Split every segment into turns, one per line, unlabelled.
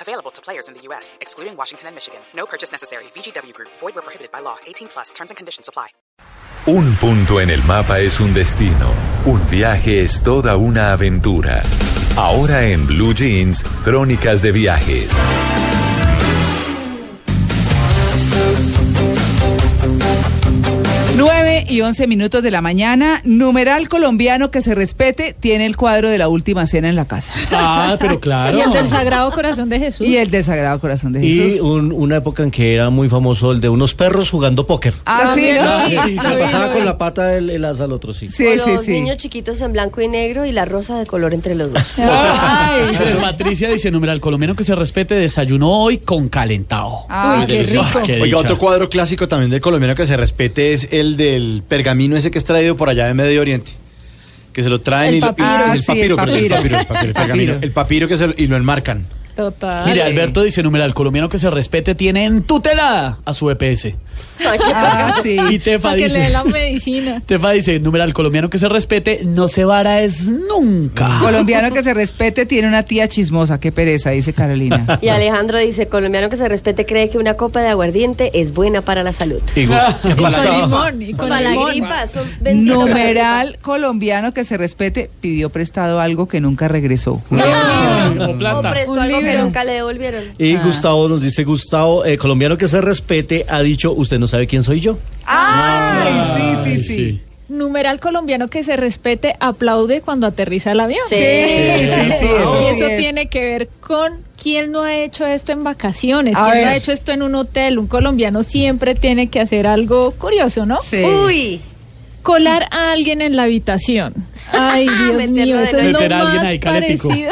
Available to players in the U.S., excluding Washington and Michigan. No purchase necessary. VGW Group, void were prohibited by law. 18 plus terms and conditions apply.
Un punto en el mapa es un destino. Un viaje es toda una aventura. Ahora en Blue Jeans, Crónicas de Viajes.
Nueve y 11 minutos de la mañana, numeral colombiano que se respete tiene el cuadro de la última cena en la casa.
Ah, pero claro.
Y el del Sagrado Corazón de Jesús.
Y el del Sagrado Corazón de
Y
Jesús.
un- una época en que era muy famoso el de unos perros jugando póker.
Ah, sí,
También
¿no?
lo vi.
Sí, se
lo
pasaba
vi.
con la pata el, el as al otro, sí.
Sí,
o
sí,
los
sí.
niños chiquitos en blanco y negro y la rosa de color entre los dos.
Ay,
Pero Patricia dice, numeral colombiano que se respete, desayunó hoy con calentado.
Ay,
Muy
qué
delicioso.
rico.
Ah, qué
Oiga,
dicha.
otro cuadro clásico también del colombiano que se respete es el del pergamino ese que es traído por allá de Medio Oriente. Que se lo traen
El
y lo- y
papiro.
lo,
Ah,
el
sí, el
papiro, perdón, el
papiro.
papiro, el papiro, el pergamino,
Papiro.
el papiro que se lo- y lo enmarcan.
Total.
Mire, Alberto dice, numeral colombiano que se respete, tienen tutelada a su EPS.
Ay, qué
ah, sí.
Y Tefa
Para que le dé
dice,
la medicina.
Tefa dice, numeral colombiano que se respete, no se vara es nunca.
Colombiano que se respete tiene una tía chismosa, qué pereza, dice Carolina.
Y Alejandro dice, colombiano que se respete cree que una copa de aguardiente es buena para la salud.
Y gus- y
Con
apalancado.
limón. Y con
Para la
limón.
gripa, eso es bendito.
Numeral colombiano que se respete pidió prestado algo que nunca regresó.
O
O
plata.
prestó
Un
algo que
libro.
nunca le devolvieron.
Y
Ah.
Gustavo nos dice, Gustavo, eh, colombiano que se respete, ha dicho, usted no sabe quién soy yo.
Ay, sí, sí, sí.
Numeral colombiano que se respete aplaude cuando aterriza el avión.
Sí.
sí, sí, sí, eso
Y
sí
eso
es.
tiene que ver con quién no ha hecho esto en vacaciones,
A
quién no
ver.
ha hecho esto en un hotel. Un colombiano siempre tiene que hacer algo curioso, ¿no?
Sí.
Uy,
Colar a alguien en la habitación. Ay, Dios
Meterlo
mío,
de
eso
noche.
es lo
Meter a alguien
más
ahí, calético.
parecido.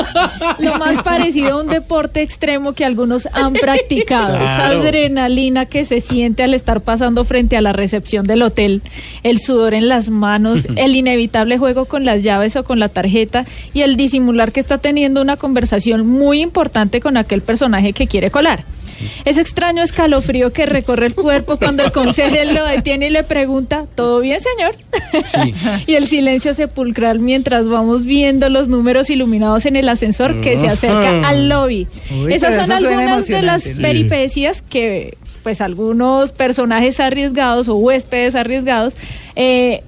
lo más parecido a un deporte extremo que algunos han practicado. Esa
Claro.
adrenalina que se siente al estar pasando frente a la recepción del hotel, el sudor en las manos, el inevitable juego con las llaves o con la tarjeta y el disimular que está teniendo una conversación muy importante con aquel personaje que quiere colar. Ese extraño escalofrío que recorre el cuerpo cuando el conserje lo detiene y le pregunta, ¿todo bien, señor? y el silencio sepulcral mientras vamos viendo los números iluminados en el ascensor que se acerca al lobby.
Uy,
Esas
pero
son
eso suena
algunas de las
emocionante,
peripecias que pues algunos personajes arriesgados o huéspedes arriesgados eh,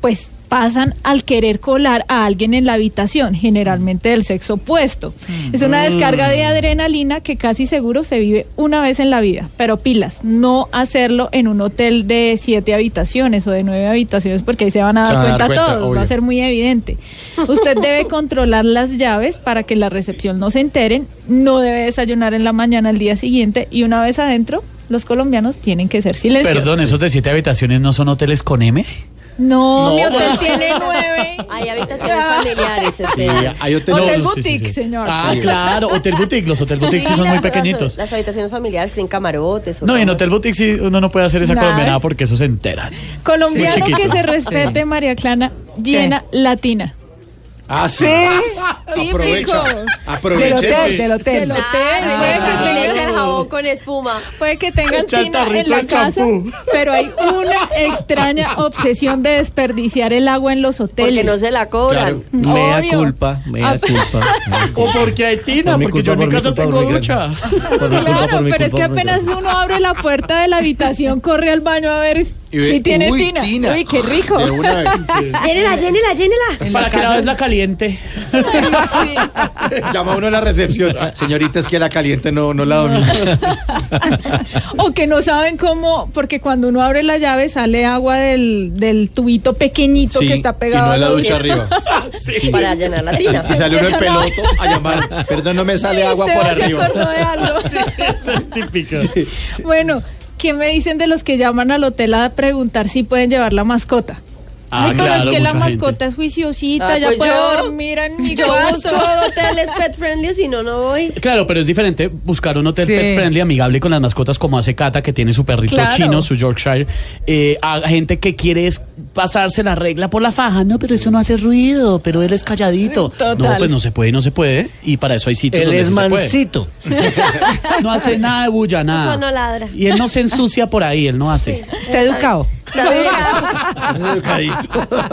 pues pasan al querer colar a alguien en la habitación, generalmente del sexo opuesto. Es
Mm.
una descarga de adrenalina que casi seguro se vive una vez en la vida, pero pilas, no hacerlo en un hotel de siete habitaciones o de nueve habitaciones porque ahí se van a
Se
dar
van a
cuenta,
dar cuenta,
todos, va a
obvio.
ser muy evidente. Usted debe controlar las llaves para que la recepción no se enteren, no debe desayunar en la mañana al día siguiente y una vez adentro, los colombianos tienen que ser silenciosos.
Perdón, esos de siete habitaciones no son hoteles con M.
No, mi hotel tiene nueve.
hay habitaciones familiares,
Sí,
espera.
hay hoteles-
Hotel
No,
boutique, señor.
Ah,
Sí.
claro, hotel boutique, los hotel boutique sí son muy
Las-
pequeñitos.
Las, las habitaciones familiares tienen camarotes. o
No, y en
camas.
hotel boutique sí uno no puede hacer esa
Nada.
colombiana porque eso se enteran.
Colombiano
Sí,
que
chiquito.
se respete, María Clara, llena latina.
Ah, sí. Aprovecha.
Típico.
Del
Aprovecha.
hotel,
sí. Ah,
del hotel.
Del hotel,
Ay,
puede que
que le
tengan-
echa el jabón con espuma.
Puede que tengan
Echa el
tina en
tarrito
la
al
casa,
champú.
pero hay una extraña obsesión de desperdiciar el agua en los hoteles.
Porque no se la cobran.
Claro.
Mea
Obvio.
culpa, mea
Ah.
culpa. mea
O
culpa.
porque hay tina,
Por mi
porque
culpa,
yo en mi
por mi
casa
culpa,
tengo
por mi
ducha.
Por mi culpa,
Claro,
por mi
pero es
culpa,
que
por mi
apenas
culpa.
uno abre la puerta de la habitación, corre al baño a ver
Y ve,
si tiene
uy,
tina.
tina.
Uy, qué rico.
De una vez.
Llénela, llénela, llénela.
Para que la vez la caliente.
Ay, sí.
Llama uno a la recepción. Señorita, es que la caliente no, no la domina.
O que no saben cómo, porque cuando uno abre la llave sale agua del, del tubito pequeñito que está pegado.
y no
a
es la
la
ducha
orilla.
arriba.
Para llenar la tina.
Y sale uno el
Eso no.
peloto a llamar. Perdón, no me sale agua
Usted
por
se
arriba.
acordó de algo.
Eso es típico.
Bueno, ¿qué me dicen de los que llaman al hotel a preguntar si pueden llevar la mascota? Ay, pero es
Ah, claro,
que la
mucha gente.
mascota es juiciosita,
Ah,
ya
pues
puede
yo-
dormir en mi
Yo
cuarto.
busco hoteles pet friendly, si no, no voy.
Claro, pero es diferente buscar un hotel
Sí.
pet friendly, amigable con las mascotas, como hace Cata, que tiene su perrito
Claro.
chino, su Yorkshire, eh, a gente que quiere es pasarse la regla por la faja. No, pero eso no hace ruido, pero él es calladito.
Total.
No, pues no se puede y no se puede. Y para eso hay sitios
Él
donde
es
sí se puede.
mansito.
No hace nada de bulla, nada.
Eso no ladra.
Y él no se ensucia por ahí, él no hace.
Está educado.
Está bien.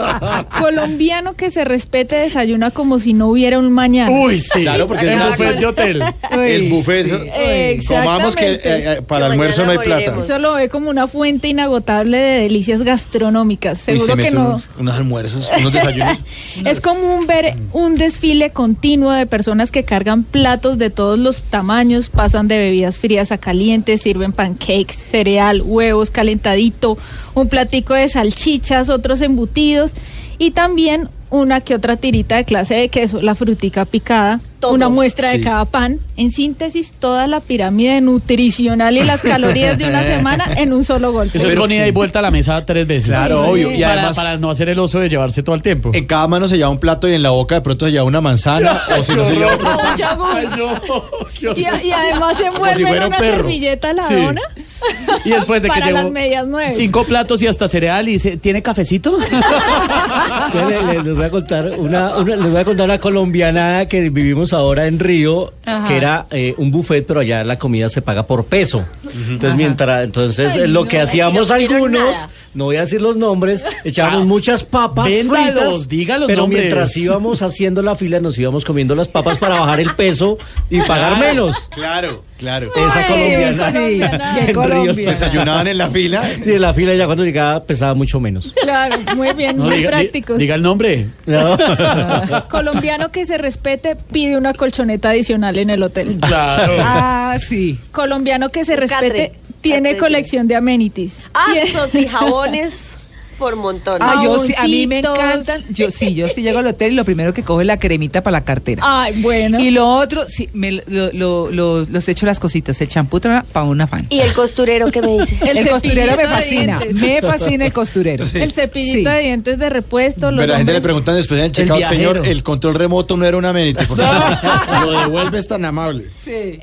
Colombiano que se respete desayuna como si no hubiera un mañana.
Uy, sí.
Claro, porque
el
no-
buffet de hotel.
Uy,
el buffet.
sí.
eh, Comamos que eh, eh, para
Que
almuerzo no hay
mañana
plata.
moriremos.
Eso lo ve como una fuente inagotable de delicias gastronómicas.
Uy,
Seguro que
mete
no.
unos, unos almuerzos, unos desayunos.
Es común ver un desfile continuo de personas que cargan platos de todos los tamaños, pasan de bebidas frías a calientes, sirven pancakes, cereal, huevos, calentadito, un platico de salchichas, otros embutidos y también una que otra tirita de clase de queso, la frutica picada,
Todo.
una muestra de
Sí.
cada pan. En síntesis, toda la pirámide nutricional y las calorías de una semana en un solo golpe.
Eso es con ida y vuelta a la mesa tres veces.
Claro, obvio. Y
para,
además-
para no hacer el oso de llevarse todo el tiempo.
En cada mano se lleva un plato y en la boca de pronto se lleva una manzana. o si no se lleva otro.
Un yogur.
qué horror.
Y, a- y además se envuelve en
fuera un
una
perro.
servilleta la
Sí.
dona
Y después de que
para
llegó
las medias nueve.
cinco platos y hasta cereal y dice, ¿tiene cafecito?
Ya le- le- les voy a contar una, una- les voy a contar una colombianada que vivimos ahora en Río, que era eh, un buffet, pero allá la comida se paga por peso. Entonces, mientras, entonces
Ay,
eh, lo
no,
que
así
hacíamos
no quiero
algunos,
nada.
no voy a decir los nombres, echábamos
Ah,
muchas papas
véndalos,
fritas,
diga los
pero
nombres.
mientras íbamos haciendo la fila nos íbamos comiendo las papas para bajar el peso y pagar menos.
Claro, claro.
Esa colombiana.
Sí,
colombiana.
qué
En
Colombia.
Desayunaban en la fila.
Sí, de la fila ya cuando llegaba pesaba mucho menos.
Claro, muy bien,
No,
muy
diga, di-
prácticos.
diga el nombre.
No.
Colombiano que se respete pide una colchoneta adicional en el hotel.
Claro.
Ah, sí.
Colombiano que se
Un
respete
catre.
tiene
Catrecito.
colección de amenities.
Asos Ah, y jabones por montón.
Ah, yo sí, a mí me
Jaboncitos.
encantan. Yo sí, yo sí llego al hotel y lo primero que cojo es la cremita para la cartera.
Ay, bueno.
Y lo otro, sí, me lo- lo- lo- los echo las cositas, el champú para una fan.
Y el costurero que me dice.
El,
cepillito
costurero me
de
fascina,
dientes.
me fascina el costurero.
El cepillito
Sí.
de dientes de repuesto. Los
Pero la gente le
hombres-
pregunta después en el checkout,
viajero.
señor, el control remoto no era una amenity. Por favor. Lo devuelves tan amable.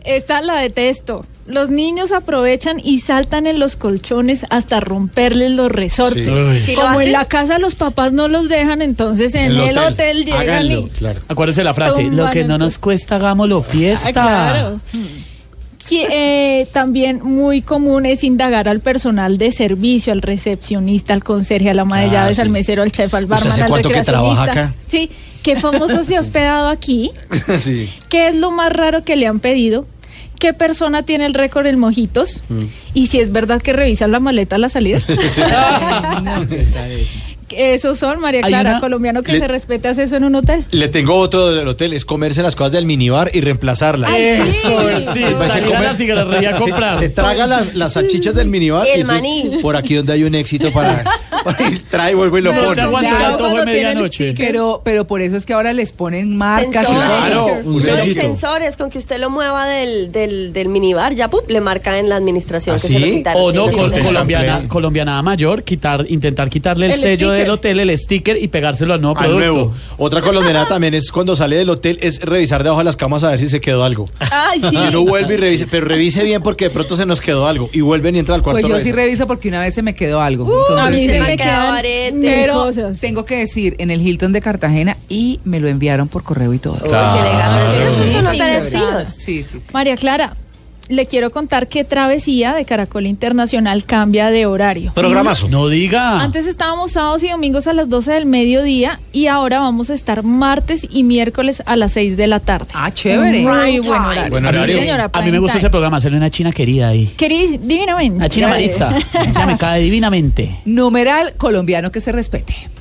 Esta la detesto. Los niños aprovechan y saltan en los colchones hasta romperles los resortes.
Sí.
Uy.
Si lo
Como en
hacen,
la casa los papás no los dejan, entonces en el, hotel. llegan
Háganlo,
y...
claro.
Acuérdese la frase,
Tumban
lo que
el
no nos
coco".
cuesta, hagámoslo fiesta.
Ah, claro. Que, eh, también muy común es indagar al personal de servicio, al recepcionista, al conserje, a la ama de
Ah,
llaves,
sí.
al mesero, al chef, al
¿Usted
barman,
hace
al
cuánto que
recreacionista.
trabaja acá?
Sí, qué famoso se ha hospedado aquí.
Sí.
¿Qué es lo más raro que le han pedido? ¿Qué persona tiene el récord en mojitos?
Mm.
Y si es verdad que revisan la maleta a la salida. Esos son, María
Hay
Clara,
una-
colombiano que
le-
se respeta hace eso en un hotel.
Le tengo otro del hotel, es comerse las cosas del minibar y reemplazarlas.
Eso,
Ay,
es, sí,
Pues se
salir a
come-
la cigarrería a
se-
comprar.
Se, traga las, las salchichas del minibar.
Y el
eso es
maní.
por aquí donde hay un éxito para... para ir, trae, vuelvo y lo
No se
pone.
aguanta el
Claro,
antojo de
cuando tiene el
medianoche.
Pero, pero por eso es que ahora les ponen marcas. y
Sensores.
cosas.
Claro, un
no, y
sellito.
sensores, con que usted lo mueva del, del, del minibar, ya pup, le marca en la administración
¿Ah,
que
sí?
se lo quitaron.
O
sí,
no,
lo
col-
quitaron.
colombiana,
Play.
colombiana mayor, quitar, intentar quitarle el,
El
sello
sticker.
del hotel, el sticker y pegárselo al nuevo
Al
producto.
nuevo. Otra colombiana también es cuando sale del hotel, es revisar debajo de las camas a ver si se quedó algo.
Ay, sí.
Y uno vuelve y revise, pero revise bien porque de pronto se nos quedó algo. Y vuelven y entra al cuarto.
Pues yo
a
sí
revisar.
reviso porque una vez se me quedó algo.
Uh, a
Entonces,
mí
sí.
se
me
me
quedan
quedan
aretes.
mil
Pero
cosas.
tengo que decir, en el Hilton de Cartagena y me lo enviaron por correo y todo.
Uy, Oh, qué legal.
Claro.
Esos son
Sí,
hoteles
sí,
finos.
Sí, sí, sí.
María Clara, le quiero contar que Travesía de Caracol Internacional cambia de horario.
Programazo.
No diga.
Antes estábamos sábados y domingos a las 12 del mediodía y ahora vamos a estar martes y miércoles a las 6 de la tarde.
Ah, chévere.
Prime
Muy buen
time.
horario.
Buen horario.
Sí, señora,
a mí me
prime
gusta
time.
ese programa, hacerle una china querida ahí.
Queridis, divinamente.
Una china Maritza. Ella me cae divinamente.
Numeral colombiano que se respete.